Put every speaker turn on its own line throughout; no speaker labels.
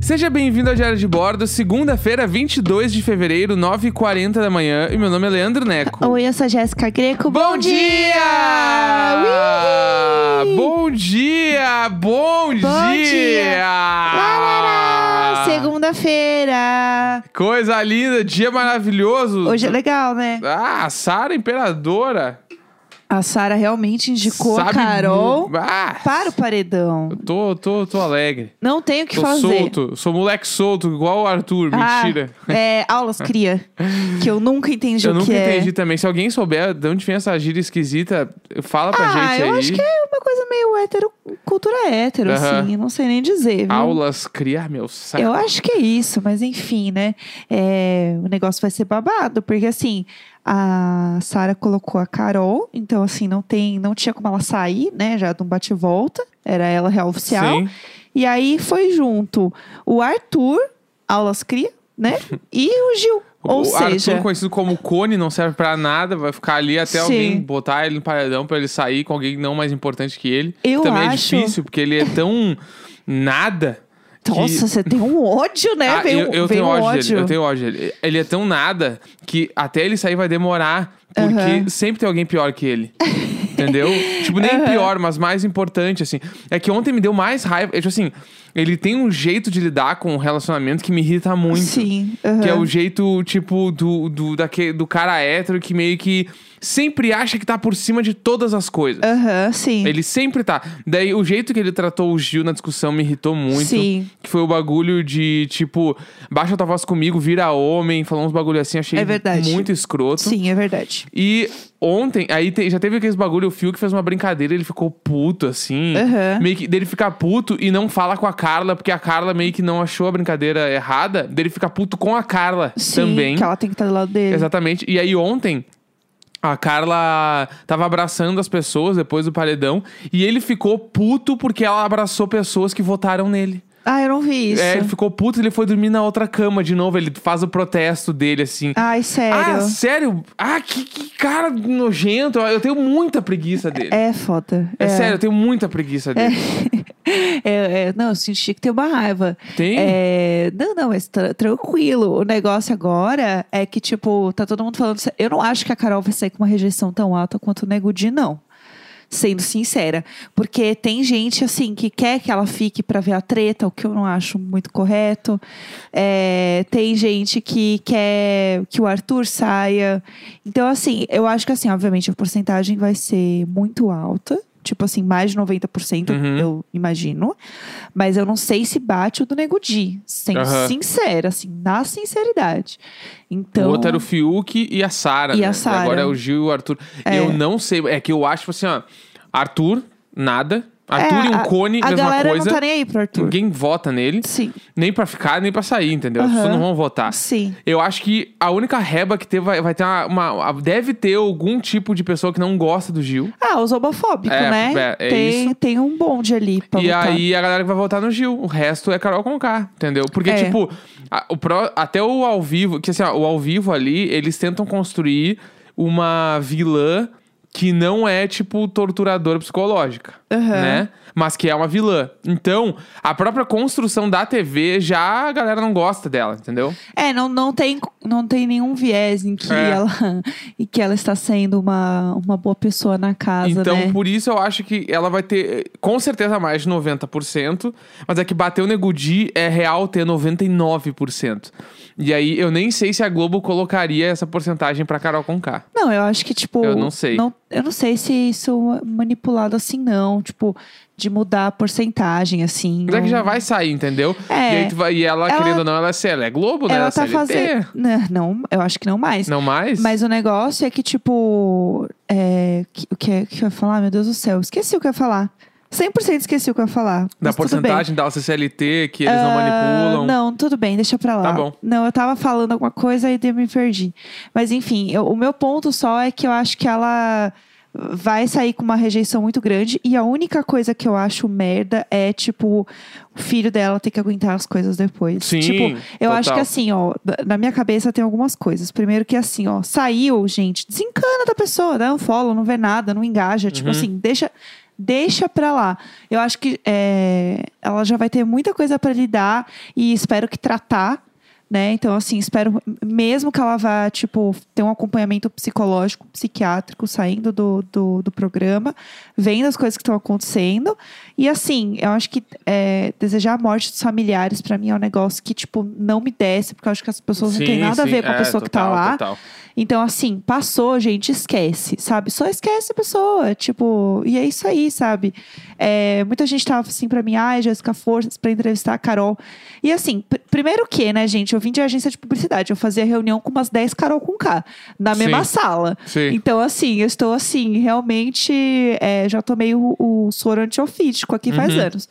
Seja bem-vindo ao Diário de Bordo, segunda-feira, 22 de fevereiro, 9h40 da manhã. E meu nome é Leandro Neco.
Oi, eu sou a Jéssica Greco.
Bom dia!
Ui!
Bom dia! Bom
Bom dia!
dia!
Larará! Segunda-feira!
Coisa linda, dia maravilhoso.
Hoje é legal, né?
Ah, Sara Imperadora.
A Sara realmente indicou
Sabe
a Carol
mu- Ah,
para o paredão.
tô, tô, tô alegre.
Não tenho o que
tô
fazer.
solto. Sou moleque solto, igual o Arthur.
Ah,
Mentira.
é, aulas cria. que eu nunca entendi
Eu
o que
nunca
é.
entendi também. Se alguém souber de onde vem essa gíria esquisita, fala pra
ah,
gente
eu
aí.
acho que é uma coisa meio hétero, cultura hétero,
Aham.
assim. Não sei nem dizer. Viu?
Aulas criar meu saco.
Eu acho que é isso, mas enfim, né? É, o negócio vai ser babado, porque assim, a Sara colocou a Carol, então assim, não tem, não tinha como ela sair, né? Já de um bate-volta, era ela real oficial.
Sim.
E aí foi junto o Arthur, aulas cria, né? E o Gil. Ou
o
seja,
Arthur, conhecido como Cone, não serve pra nada. Vai ficar ali até
Sim.
alguém botar ele no paredão pra ele sair com alguém não mais importante que ele.
Eu
também é
acho-
difícil, porque ele é tão nada. que-
nossa, você tem um ódio, né?
Ah,
veio
eu, eu
veio
tenho
um
ódio,
ódio.
dele, eu tenho ódio dele. Ele é tão nada que até ele sair vai demorar. Porque
Aham.
sempre tem alguém pior que ele. Entendeu? Tipo, nem
Aham.
pior, mas mais importante, assim. É que ontem me deu mais raiva. É, tipo assim, ele tem um jeito de lidar com o relacionamento que me irrita muito.
Sim. aham.
Que é o jeito, tipo, do, do, daque- do cara hétero que meio que sempre acha que tá por cima de todas as coisas.
Aham, sim.
Ele sempre tá. Daí, o jeito que ele tratou o Gil na discussão me irritou é muito.
Sim.
Que foi o bagulho de, tipo, baixa tua voz comigo, vira homem. Falou uns bagulho assim, achei
É verdade.
muito escroto.
Sim, é verdade.
E ontem, aí te- já teve aqueles bagulho, o Fiuk fez uma brincadeira, ele ficou puto, assim.
Aham.
Meio que dele ficar puto e não fala com a Carla, porque a Carla meio que não achou a brincadeira errada. Dele ficar puto com a Carla
Sim,
também.
que ela é tem que estar do lado dele.
Exatamente. E aí ontem. A Carla tava abraçando as pessoas depois do paredão e ele ficou puto porque ela abraçou pessoas que votaram nele.
Ah, eu não vi isso.
É, ele ficou puto, ele foi dormir na outra cama de novo, ele faz o protesto dele assim.
Ai,
Ah,
sério.
sério? Ah, que, que cara nojento. Eu tenho muita preguiça dele.
é foda.
É, sério, eu tenho muita preguiça dele.
É, é, não, eu senti que tem uma raiva.
Tem?
É, não, não, mas tra- tranquilo. O negócio agora é que, tipo, tá todo mundo falando. sé- Eu não acho que a Carol vai sair com uma rejeição tão alta quanto o Nego Di, não. Sendo sincera. Porque tem gente, assim, que quer que ela fique pra ver a treta, o que eu não acho muito correto. É, tem gente que quer que o Arthur saia. Então, assim, eu acho que, assim, obviamente, a porcentagem vai ser muito alta. Tipo assim, mais de 90%,
Uhum.
eu imagino. Mas eu não sei se bate o do Nego Di. Sendo
Aham.
sincera, assim, na sinceridade. Então.
O outro era o Fiuk e a Sara.
E
né?
a Sara.
Agora é o Gil e o Arthur.
É.
Eu não sei. É que eu acho assim, ó. Arthur, nada. Arthur
É,
e o Cone,
a
mesma
galera
coisa.
não tá nem aí pro Arthur.
Ninguém vota nele.
Sim,
Nem pra ficar, nem pra sair, entendeu? As
Aham.
pessoas não vão votar.
sim.
Eu acho que a única reba que ter vai, vai ter uma, uma- Deve ter algum tipo de pessoa que não gosta do Gil.
Ah, os homofóbicos,
É,
né?
é, é
tem,
isso.
tem um bonde ali pra
E
lutar.
aí a galera que vai votar no Gil. O resto é Carol Conká, entendeu? Porque,
É.
tipo, a- o pró- até o ao vivo, que assim, ó, o ao vivo ali, eles tentam construir uma vilã que não é, tipo, torturadora psicológica.
Aham.
Né? Mas que é uma vilã. Então, a própria construção da TV já a galera não gosta dela, entendeu?
É, não, não, tem, não tem nenhum viés em que,
É.
ela, em que ela está sendo uma, uma boa pessoa na casa,
Então,
né?
por isso eu acho que ela vai ter, eh, com certeza, mais de 90%. Mas é que bater o Negudi é real ter 99%. E aí, eu nem sei se a Globo colocaria essa porcentagem pra Carol Conká.
Não, eu acho que, tipo.
Eu não sei.
eu não sei se isso é manipulado assim, não. Tipo, de mudar a porcentagem, assim.
Mas é que
não-
já vai sair, entendeu?
É.
E, aí tu vai, e ela,
Ela-
querendo ou não, ela é, C- ela é Globo, né?
Ela
é
tá
CLT.
fazendo. Não, não, eu acho que não mais.
Não mais?
Mas o negócio é que, tipo. é, que- O que, é- que eu ia falar? Meu Deus do céu, esqueci o que eu ia falar. 100% esqueci o que eu ia falar.
da
mas tudo bem.
porcentagem da CLT que eles não
Ah,
manipulam.
Não, tudo bem, deixa pra lá.
Tá bom.
Não, eu tava falando alguma coisa e daí eu me perdi. Mas enfim, eu- o meu ponto só é que eu acho que ela vai sair com uma rejeição muito grande e a única coisa que eu acho merda é tipo o filho dela ter que aguentar as coisas depois.
Sim,
Tipo, eu acho
total.
que assim, ó, da- na minha cabeça tem algumas coisas. Primeiro que assim, ó, saiu, gente, desencana da pessoa, dá um follow, não vê nada, não engaja, tipo assim, deixa deixa pra lá. Eu acho que é, ela já vai ter muita coisa pra lidar e espero que tratar, né? Então, assim, espero mesmo que ela vá, tipo, ter um acompanhamento psicológico, psiquiátrico, saindo do, do, do programa, vendo as coisas que estão acontecendo. E, assim, eu acho que é, desejar a morte dos familiares, pra mim, é um negócio que, tipo, não me desce, porque eu acho que as pessoas não têm nada a ver com
É,
a pessoa que tá lá. Então, assim, passou, gente, esquece, sabe? Só esquece a pessoa, tipo, e é isso aí, sabe? É, muita gente tava assim pra mim, ai, Jéssica, forças pra entrevistar a Carol. E assim, pr- primeiro que, né, gente, eu vim de agência de publicidade, eu fazia reunião com umas 10 Carol com K, na
Sim.
mesma sala.
Sim.
Então, assim, eu estou assim, realmente é, já tomei o, o soro antiofídico aqui faz
Uhum.
anos.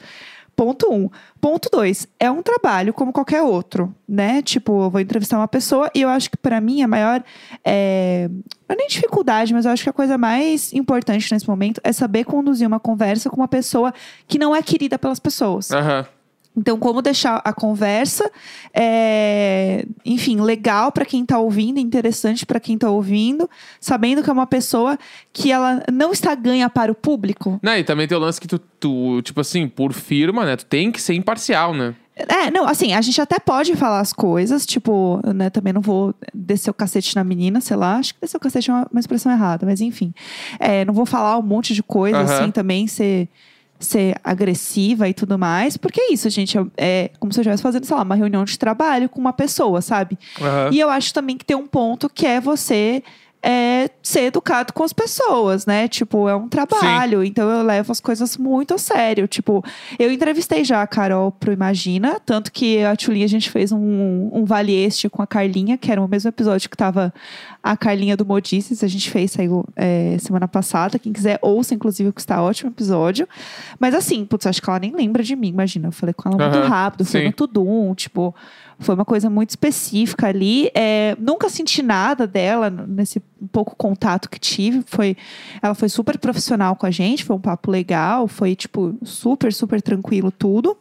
Ponto um. Ponto dois, é um trabalho como qualquer outro, né? Tipo, eu vou entrevistar uma pessoa e eu acho que para mim a maior. é, Não é nem dificuldade, mas eu acho que a coisa mais importante nesse momento é saber conduzir uma conversa com uma pessoa que não é querida pelas pessoas.
Aham.
Então, como deixar a conversa, é, enfim, legal para quem tá ouvindo, interessante para quem tá ouvindo, sabendo que é uma pessoa que ela não está ganha para o público.
Não, Né, e também tem o lance que tu, tu, tipo assim, por firma, né? Tu tem que ser imparcial, né?
É, não, assim, a gente até pode falar as coisas, tipo, né, também não vou descer o cacete na menina, sei lá, acho que descer o cacete é uma, uma expressão errada, mas enfim. É, não vou falar um monte de coisa,
Aham.
assim, também ser, ser agressiva e tudo mais, porque é isso, gente, é, é como se eu estivesse fazendo, sei lá, uma reunião de trabalho com uma pessoa, sabe?
Aham.
E eu acho também que tem um ponto que é você é, ser educado com as pessoas, né? Tipo, é um trabalho, então eu levo as coisas muito a sério. Tipo, eu entrevistei já a Carol pro Imagina, tanto que a Tchulinha a gente fez um, um vale este com a Carlinha, que era o mesmo episódio que tava a Carlinha do Modices, a gente fez, saiu é, semana passada. Quem quiser, ouça, inclusive, que está ótimo episódio. Mas assim, putz, acho que ela nem lembra de mim, imagina. Eu falei com ela muito
Aham,
rápido, foi
sim.
no Tudum, tipo, foi uma coisa muito específica ali. É, nunca senti nada dela n- nesse pouco contato que tive. Foi, ela foi super profissional com a gente, foi um papo legal, foi, tipo, super, super tranquilo tudo.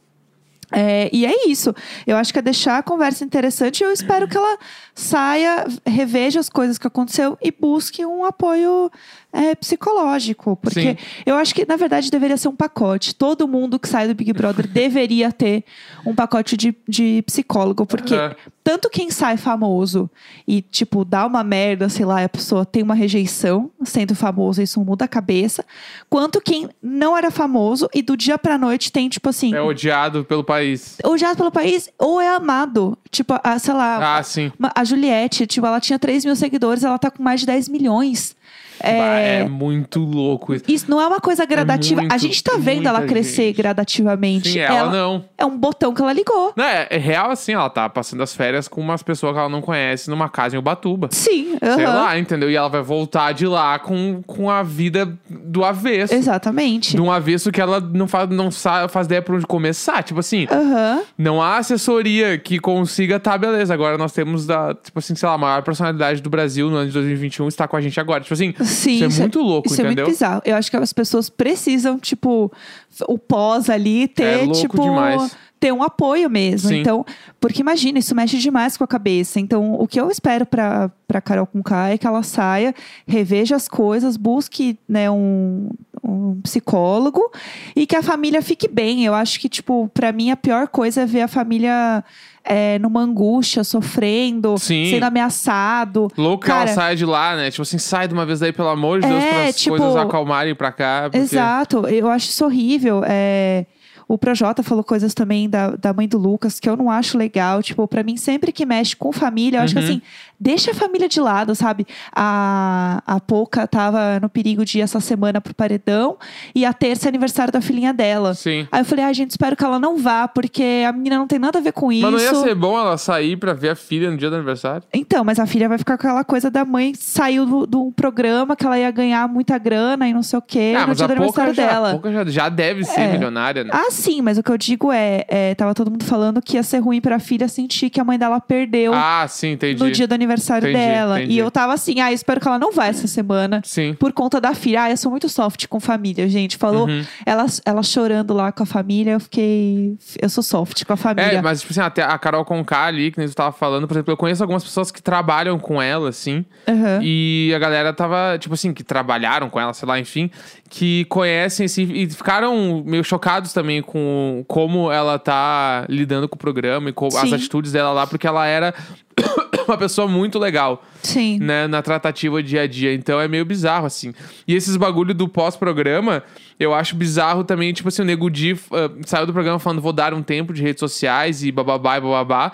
É, e é isso. Eu acho que é deixar a conversa interessante e eu espero que ela saia, reveja as coisas que aconteceu e busque um apoio é, psicológico. Porque
Sim.
eu acho que, na verdade, deveria ser um pacote. Todo mundo que sai do Big Brother deveria ter um pacote de, de psicólogo. Porque
Aham.
tanto quem sai famoso e, tipo, dá uma merda, sei lá, e a pessoa tem uma rejeição sendo famoso, isso muda a cabeça, quanto quem não era famoso e do dia pra noite tem, tipo assim
É odiado pelo país.
odiado pelo país ou é amado. Tipo, a, sei lá,
Ah, sim.
uma- a Juliette, tipo, ela tinha 3 mil seguidores, ela tá com mais de 10 milhões. É,
Bah, é muito louco isso.
Isso não é uma coisa gradativa.
muito,
a gente tá vendo
muita
ela crescer
gente.
gradativamente.
Sim, ela, não.
é um botão que ela ligou.
Não, é, é real assim, ela tá passando as férias com umas pessoas que ela não conhece numa casa em Ubatuba.
Sim,
Sei
aham.
lá, entendeu? E ela vai voltar de lá com, com a vida do avesso.
Exatamente.
De um avesso que ela não faz, não sa- faz ideia por onde começar. Tipo assim,
Aham.
não há assessoria que consiga, tá, beleza. Agora nós temos, da, tipo assim, sei lá, a maior personalidade do Brasil no ano de 2021 está com a gente agora. Tipo assim,
Sim,
isso é muito louco,
Isso é
entendeu?
muito bizarro. Eu acho que as pessoas precisam, tipo, f- o pós ali
É
ter,
louco
tipo,
demais.
ter um apoio mesmo.
Sim.
Então, porque imagina, isso mexe demais com a cabeça. Então, o que eu espero pra, pra Carol Conká é que ela saia, reveja as coisas, busque, né, um, um psicólogo e que a família fique bem. Eu acho que, tipo, pra mim a pior coisa é ver a família é, numa angústia, sofrendo,
Sim.
sendo ameaçado.
Louco que
Cara-
ela sai de lá, né? Tipo assim, sai de uma vez daí, pelo amor de Deus,
É,
para as
tipo-
coisas acalmarem pra cá. Porque...
Exato, eu acho isso horrível. É, O Projota falou coisas também da, da mãe do Lucas que eu não acho legal. Tipo, pra mim, sempre que mexe com família, eu acho
Uhum.
que assim, deixa a família de lado, sabe? A, a Poca tava no perigo de ir essa semana pro paredão e a terça é aniversário da filhinha dela.
Sim.
Aí eu falei, ai, gente, espero que ela não vá, porque a menina não tem nada a ver com
Mas não ia
isso.
ser bom ela sair pra ver a filha no dia do aniversário?
Então, mas a filha vai ficar com aquela coisa da mãe saiu do- de um programa que ela ia ganhar muita grana e não sei o quê,
ah,
É, no
mas
dia
a
do
pouca
aniversário
já,
dela.
a pouca já, já deve ser
É.
milionária, né?
Ah, sim, mas o que eu digo é, é tava todo mundo falando que ia ser ruim pra filha sentir que a mãe dela perdeu
Ah, sim, entendi.
no dia do aniversário
Entendi,
dela.
entendi.
E eu tava assim, ah, espero que ela não vá essa semana.
Sim.
Por conta da filha. Ah, eu sou muito soft com família, gente. Falou
Uhum.
ela, ela chorando lá com a família, eu fiquei. Eu sou soft com a família.
É, mas, tipo assim, até a Carol Conká ali, que nem tu tava falando, por exemplo, eu conheço algumas pessoas que trabalham com ela, assim.
Aham.
E a galera tava, tipo assim, que trabalharam com ela, sei lá, enfim, que conhecem assim, e ficaram meio chocados também com como ela tá lidando com o programa e com as
Sim.
atitudes dela lá, porque ela era uma pessoa muito legal
Sim.
né, na tratativa dia a dia. Então é meio bizarro, assim. E esses bagulho do pós-programa, eu acho bizarro também, tipo assim, o Nego Di ah, saiu do programa falando vou dar um tempo de redes sociais e bababá e bababá.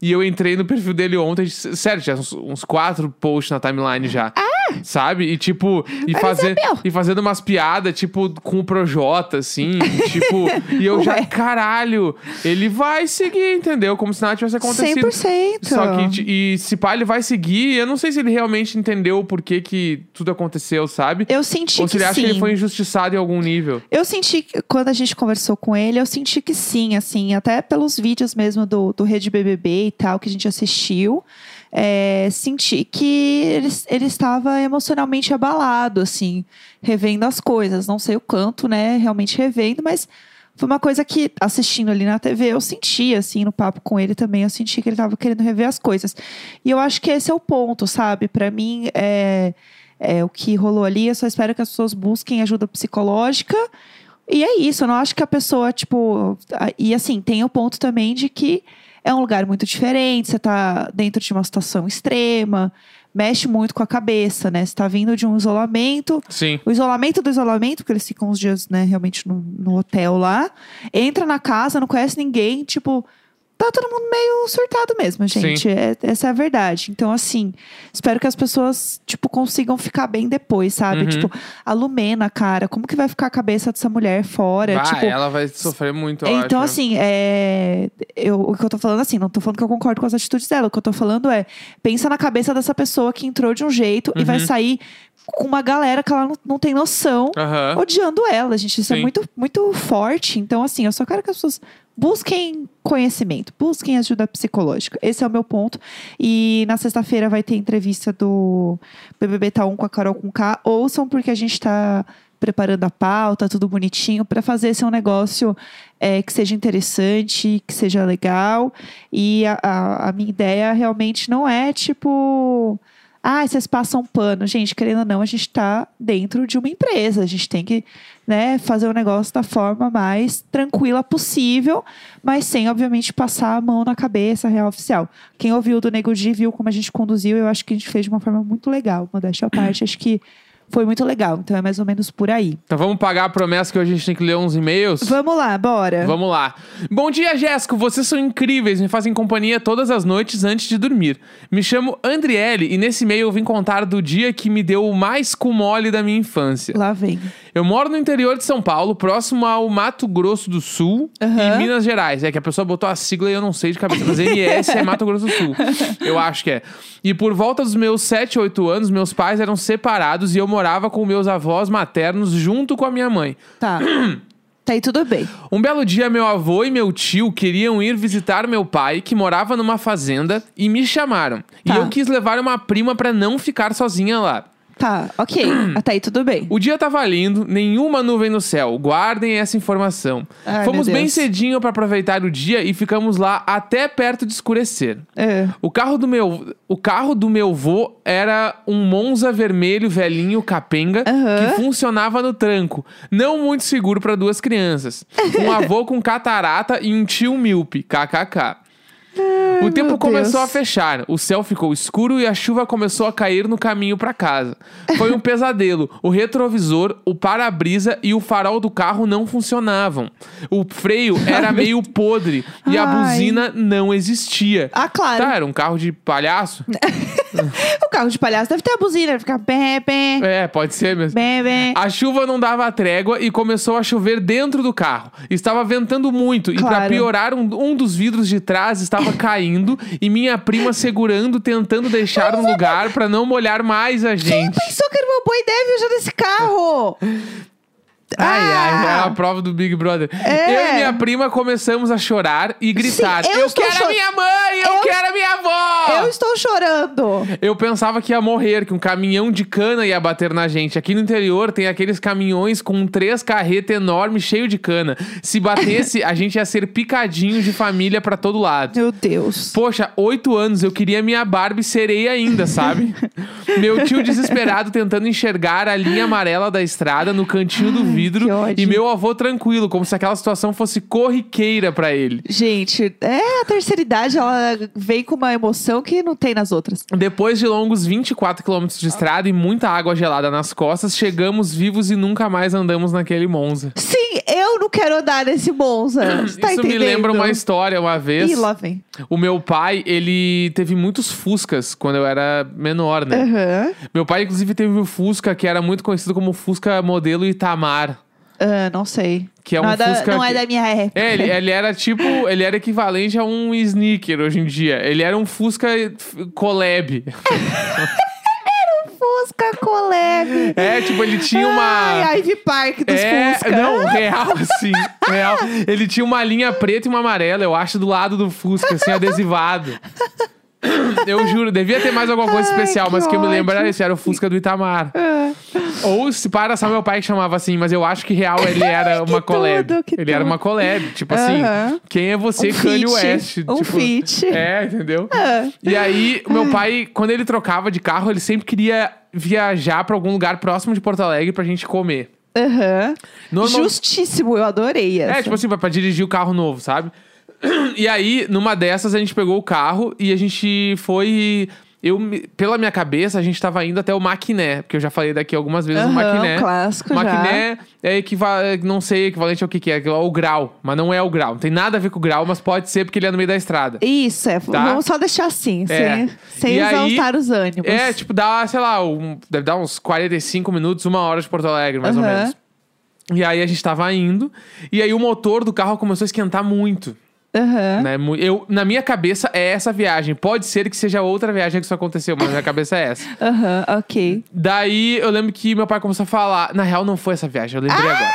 E eu entrei no perfil dele ontem, s- sério, tinha uns, uns quatro posts na timeline já. Sabe? E tipo, e,
Ah! Mas
faze-
é meu.
e fazendo umas piadas, tipo, com o Projota, assim. tipo, e eu já,
Ué.
caralho, ele vai seguir, entendeu? Como se nada tivesse acontecido.
100%.
Só que, tipo, ti- e se pá, ele vai seguir. Eu não sei se ele realmente entendeu o porquê que tudo aconteceu, sabe?
Eu senti
Ou se
que
ele acha
sim.
que ele foi injustiçado em algum nível.
Eu senti, que- quando a gente conversou com ele, eu senti que sim, assim, até pelos vídeos mesmo do, do Rede BBB e tal, que a gente assistiu, é, senti que ele, ele estava emocionalmente abalado, assim, revendo as coisas. Não sei o quanto, né, realmente revendo, mas foi uma coisa que, assistindo ali na TV, eu senti, assim, no papo com ele também, eu senti que ele estava querendo rever as coisas. E eu acho que esse é o ponto, sabe? Pra mim, é, é o que rolou ali. Eu só espero que as pessoas busquem ajuda psicológica. E é isso, eu não acho que a pessoa, tipo. a- E assim, tem o ponto também de que é um lugar muito diferente, você tá dentro de uma situação extrema, mexe muito com a cabeça, né? Você tá vindo de um isolamento.
Sim.
O isolamento do isolamento, porque eles ficam uns dias, né, realmente no, no hotel lá. Entra na casa, não conhece ninguém, tipo. Tá todo mundo meio surtado mesmo, gente. É- essa é a verdade. Então, assim, espero que as pessoas, tipo, consigam ficar bem depois, sabe?
Uhum.
Tipo, a Lumena, cara, como que vai ficar a cabeça dessa mulher fora?
Bah,
tipo,
ela vai sofrer muito, eu acho.
então,
né?
assim, é, eu, o que eu tô falando, assim, não tô falando que eu concordo com as atitudes dela. O que eu tô falando é, pensa na cabeça dessa pessoa que entrou de um jeito e vai
Uhum.
sair com uma galera que ela não, não tem noção,
Aham.
odiando ela, gente. Isso é
Sim.
muito, muito forte. Então, assim, eu só quero que as pessoas busquem conhecimento, busquem ajuda psicológica. Esse é o meu ponto. E na sexta-feira vai ter entrevista do BBB Tá 1 com a Carol com K. Ouçam, porque a gente tá preparando a pauta, tudo bonitinho, pra fazer ser um negócio é, que seja interessante, que seja legal. E a, a- a minha ideia realmente não é tipo. Ah, vocês passam pano. Gente, querendo ou não, a gente tá dentro de uma empresa. A gente tem que né, fazer o negócio da forma mais tranquila possível, mas sem, obviamente, passar a mão na cabeça real oficial. Quem ouviu do Nego Di viu como a gente conduziu. Eu acho que a gente fez de uma forma muito legal. Modéstia à parte, acho que foi muito legal. Então é mais ou menos por aí.
Então vamos pagar a promessa que hoje a gente tem que ler uns e-mails?
Vamos lá, bora.
Vamos lá. Bom dia, Jéssico. Vocês são incríveis. Me fazem companhia todas as noites antes de dormir. Me chamo Andriele e nesse e-mail eu vim contar do dia que me deu o mais cu mole da minha infância.
Lá vem.
Eu moro no interior de São Paulo, próximo ao Mato Grosso do Sul
Aham.
e Minas Gerais. É que a pessoa botou a sigla e eu não sei de cabeça, mas MS é Mato Grosso do Sul. Eu acho que é. E por volta dos meus 7, 8 anos, meus pais eram separados e eu morava com meus avós maternos junto com a minha mãe.
Tá. tá aí tudo bem.
Um belo dia, meu avô e meu tio queriam ir visitar meu pai, que morava numa fazenda, e me chamaram.
Tá.
E eu quis levar uma prima pra não ficar sozinha lá.
Tá, ok. Até aí tudo bem.
O dia tava lindo, nenhuma nuvem no céu. Guardem essa informação.
Ai,
Fomos
meu
bem
Deus.
cedinho pra aproveitar o dia e ficamos lá até perto de escurecer.
É.
O carro do meu, o carro do meu vô era um Monza vermelho velhinho capenga
Aham.
que funcionava no tranco, não muito seguro pra duas crianças. Um avô com catarata e um tio míope, kkk. O tempo
meu
começou
Deus.
a fechar, o céu ficou escuro e a chuva começou a cair no caminho pra casa. Foi um pesadelo. O retrovisor, o para-brisa e o farol do carro não funcionavam. O freio era meio podre e a
Ai.
buzina não existia.
Ah, claro.
Tá, era um carro de palhaço?
Né? O carro de palhaço deve ter a buzina, deve ficar bé, bé,
é, pode ser mesmo.
bé, bé.
A chuva não dava trégua e começou a chover dentro do carro. Estava ventando muito e, pra
Claro.
piorar, um, um dos vidros de trás estava caindo e minha prima segurando, tentando deixar no lugar pra não molhar mais a
Quem
gente.
pensou que era uma boa ideia viajar nesse carro?
Ai, ai, é
Ah!
a prova do Big Brother.
É.
Eu e minha prima começamos a chorar e gritar:
Sim, eu
eu
estou
quero a
chor-
minha mãe, eu,
Eu-
quero a minha avó!
Eu estou chorando.
Eu pensava que ia morrer, que um caminhão de cana ia bater na gente. Aqui no interior tem aqueles caminhões com três carretas enormes cheio de cana. Se batesse, a gente ia ser picadinho de família pra todo lado.
Meu Deus.
Poxa, oito anos, eu queria minha Barbie sereia ainda, sabe? Meu tio desesperado tentando enxergar a linha amarela da estrada no cantinho do vidro.
que ódio.
E meu avô tranquilo, como se aquela situação fosse corriqueira pra ele.
Gente, é a terceira idade, ela vem com uma emoção que não tem nas outras.
Depois de longos 24 quilômetros de estrada e muita água gelada nas costas, chegamos vivos e nunca mais andamos naquele Monza.
Sim, eu não quero andar nesse Monza. Você tá
Isso me
entendendo?
lembra uma história uma vez.
Ih, lá vem.
O meu pai, ele teve muitos Fuscas quando eu era menor, né?
Aham.
Meu pai, inclusive, teve um Fusca que era muito conhecido como Fusca Modelo Itamar.
Ah, não sei.
Que é
não
um
é da,
Fusca
Não é
que-
da minha época.
É, ele, ele era tipo. Ele era equivalente a um sneaker hoje em dia. Ele era um Fusca f- collab.
É um Fusca Collab.
É, tipo, ele tinha uma.
Ai, Ivy Park dos
é,
Fusca.
não, real, assim. Real. Ele tinha uma linha preta e uma amarela, eu acho, do lado do Fusca, assim, adesivado. Eu juro, devia ter mais alguma coisa
Ai,
especial,
que
mas que eu me lembro era
ódio.
esse, era o Fusca do Itamar.
Ah.
Ou se para só meu pai que chamava assim, mas eu acho que real ele era
Que
uma collab.
tudo, que
ele era
tudo.
uma collab, tipo assim,
Aham.
quem é você,
Um
Kanye
feat,
West?
um
tipo,
feat.
É, entendeu?
Ah.
E aí, o meu pai, quando ele trocava de carro, ele sempre queria viajar pra algum lugar próximo de Porto Alegre pra gente comer.
Aham.
Normal-
Justíssimo, eu adorei essa.
É, tipo assim, pra, pra dirigir o carro novo, sabe? E aí, numa dessas, a gente pegou o carro e a gente foi. Eu, me- pela minha cabeça, a gente tava indo até o Maquiné, porque eu já falei daqui algumas vezes o
Aham,
Maquiné.
um clássico já.
Maquiné é equivalente, não sei equivalente ao que, que é, aquilo é o grau, mas não é o grau. Não tem nada a ver com o grau, mas pode ser porque ele é no meio da estrada.
Isso, é. Vamos só deixar assim,
tá. É.
sem, sem
E aí-
exaltar os ânimos.
É, tipo, dá, sei lá, um- deve dar uns 45 minutos, uma hora de Porto Alegre, mais ou
Aham.
menos. E aí a gente tava indo, e aí o motor do carro começou a esquentar muito.
Aham.
né? Mu- Eu, na minha cabeça é essa viagem. Pode ser que seja outra viagem que isso aconteceu, mas na minha cabeça é essa.
Aham, ok.
Daí eu lembro que meu pai começou a falar. Na real, não foi essa viagem, eu lembrei agora.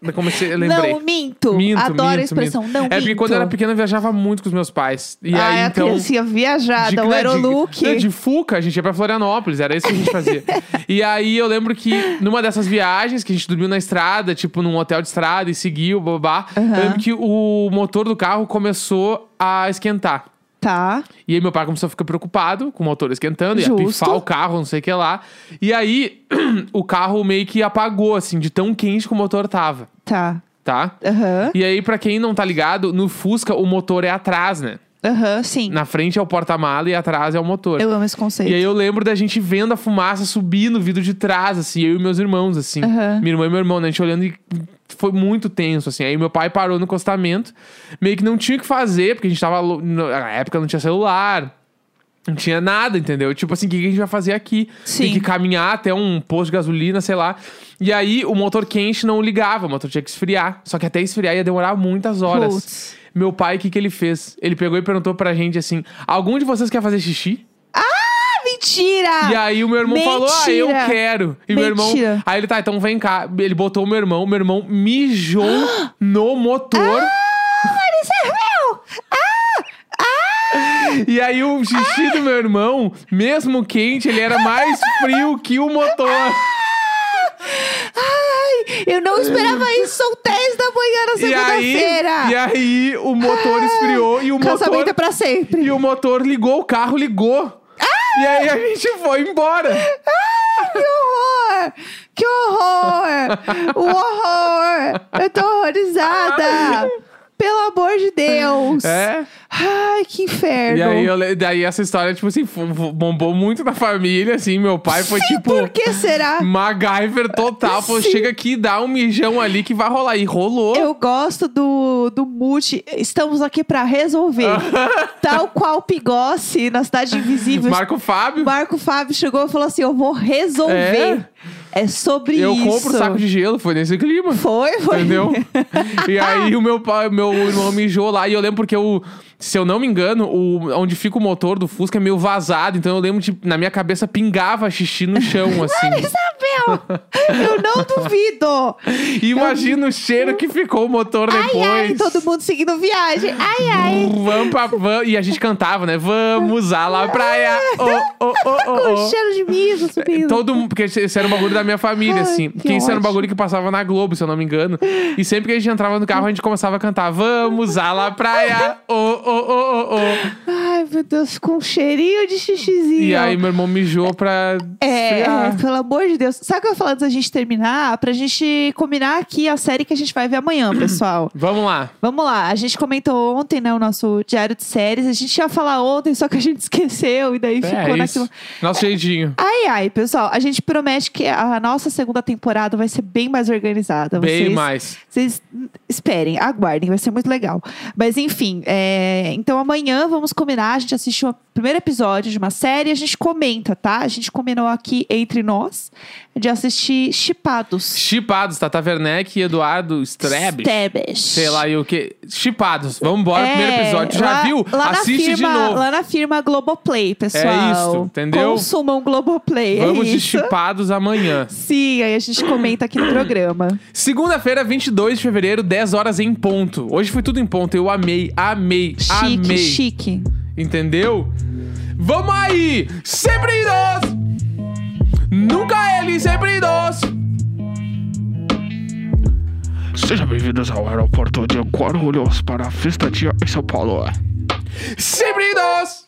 Eu comecei, eu lembrei.
Não, minto.
Ah! Minto,
Adoro
minto,
a expressão.
minto.
Não,
É
minto.
porque quando eu era pequeno eu viajava muito com os meus pais. E
Ah,
aí,
a
então.
criancinha viajada, o
né,
Aeroluke.
né, de Fuca, a gente ia pra Florianópolis, era isso que a gente fazia. e aí eu lembro que numa dessas viagens que a gente dormiu na estrada, tipo num hotel de estrada e seguiu, babá,
Aham.
eu lembro que o motor do carro começou a esquentar.
Tá.
E aí meu pai começou a ficar preocupado com o motor esquentando, ia
Justo.
pifar o carro, não sei o que lá. E aí o carro meio que apagou, assim, de tão quente que o motor tava,
Tá.
tá?
Aham.
E aí, pra quem não tá ligado, no Fusca o motor é atrás, né?
Aham, sim.
Na frente é o porta-mala e atrás é o motor.
Eu amo esse
E aí
conceito.
eu lembro da gente vendo a fumaça subir no vidro de trás, assim, eu e meus irmãos, assim.
Aham.
Minha irmã e meu irmão, né? A gente olhando e foi muito tenso, assim. Aí meu pai parou no encostamento, meio que não tinha o que fazer, porque a gente tava. lo- Na época não tinha celular. Não tinha nada, entendeu? Tipo assim, o que que a gente vai fazer aqui?
Sim.
Tem que caminhar até um posto de gasolina, sei lá. E aí o motor quente não ligava, o motor tinha que esfriar. Só que até esfriar ia demorar muitas horas.
Putz.
Meu pai, o que, que ele fez? Ele pegou e perguntou pra gente assim: algum de vocês quer fazer xixi?
Ah, mentira!
E aí o meu irmão
Mentira!
falou, ah, eu quero. E meu irmão...
Mentira.
Aí ele, tá, então vem cá. Ele botou o meu irmão, meu irmão mijou no motor.
Ah, ele serviu! Ah,
E aí o xixi do meu irmão, mesmo quente, ele era mais frio que o motor.
Ah, Ai, eu não esperava isso. São 10 da manhã na
e, aí,
segunda-feira. Ah,
e aí o motor esfriou e o
Casamento é
motor...
pra sempre.
E o motor ligou, o carro ligou.
Ah!
E aí a gente foi embora.
Que horror! Que horror! O horror! Eu tô horrorizada! Pelo amor de Deus!
É.
Ai, que inferno!
E aí, eu le- daí essa história, tipo assim, fo- fo- bombou muito na família, assim. Meu pai foi
Sim,
tipo...
por que será?
MacGyver total. Pô,
Sim. É
chega aqui, dá um mijão ali que vai rolar. E rolou.
Eu gosto do, do multi. Estamos aqui pra resolver. Tal qual o Pigossi na Cidade Invisível.
Marco Fábio.
Marco Fábio chegou e falou assim: Eu vou resolver. É, sobre
eu
isso.
compro saco de gelo, foi nesse clima.
Foi, foi.
Entendeu? e aí o meu pai, meu irmão mijou lá. E eu lembro porque eu, Se eu não me engano, o, onde fica o motor do Fusca é meio vazado. Então eu lembro de, na minha cabeça, pingava xixi no chão, assim.
Isabel, eu não duvido.
E imagina o cheiro que ficou o motor depois.
Ai, ai, todo mundo seguindo viagem. Ai, ai.
Vamos pra van. E a gente cantava, né? Vamos à la praia. Oh, oh, oh,
Com
oh, Então oh.
cheiro de mijo subindo.
Todo mundo, porque esse era um bagulho da minha família,
Ai,
assim.
que
Porque isso era um
ótimo.
bagulho que passava na Globo, se eu não me engano. E sempre que a gente entrava no carro, a gente começava a cantar: Vamos à la praia, ô, ô, ô, ô, ô.
Ai, meu Deus, com um cheirinho de xixizinho.
E aí meu irmão mijou pra.
É, é,
esfriar.
pelo amor de Deus. Sabe o que eu ia falar antes da gente terminar? Pra gente combinar aqui a série que a gente vai ver amanhã, pessoal.
Vamos lá.
Vamos lá, a gente comentou ontem, né, o nosso diário de séries. A gente ia falar ontem, só que a gente esqueceu e daí ficou
É
naquilo.
isso. Nosso jeitinho.
Ai, ai, pessoal, a gente promete que a nossa segunda temporada vai ser bem mais organizada.
Bem
Vocês-
mais.
Vocês esperem, aguardem, vai ser muito legal. Mas enfim, é, então amanhã vamos combinar, a gente assiste o primeiro episódio de uma série e a gente comenta, tá? A gente combinou aqui entre nós de assistir Chipados.
Chipados, Tata Werneck e Eduardo Streb.
Strebes.
Sei lá e o que. Chipados, vamos embora, primeiro episódio. Já
É, lá-
viu?
Lá na
Assiste
firma,
de novo. É
Lá na firma Globoplay, pessoal.
isso, entendeu?
Consumam Globoplay,
Vamos
é
de
isso.
chipados amanhã.
Sim, aí a gente comenta aqui no programa.
Segunda-feira, 22 de fevereiro, 10 horas em ponto. Hoje foi tudo em ponto. Eu amei, amei,
Chique,
amei.
chique.
Entendeu? Vamos aí! Sempre nós! Nunca ele, sempre nós!
Sejam bem-vindos ao aeroporto de Guarulhos para a Festa Dia em São Paulo.
Sempre nós!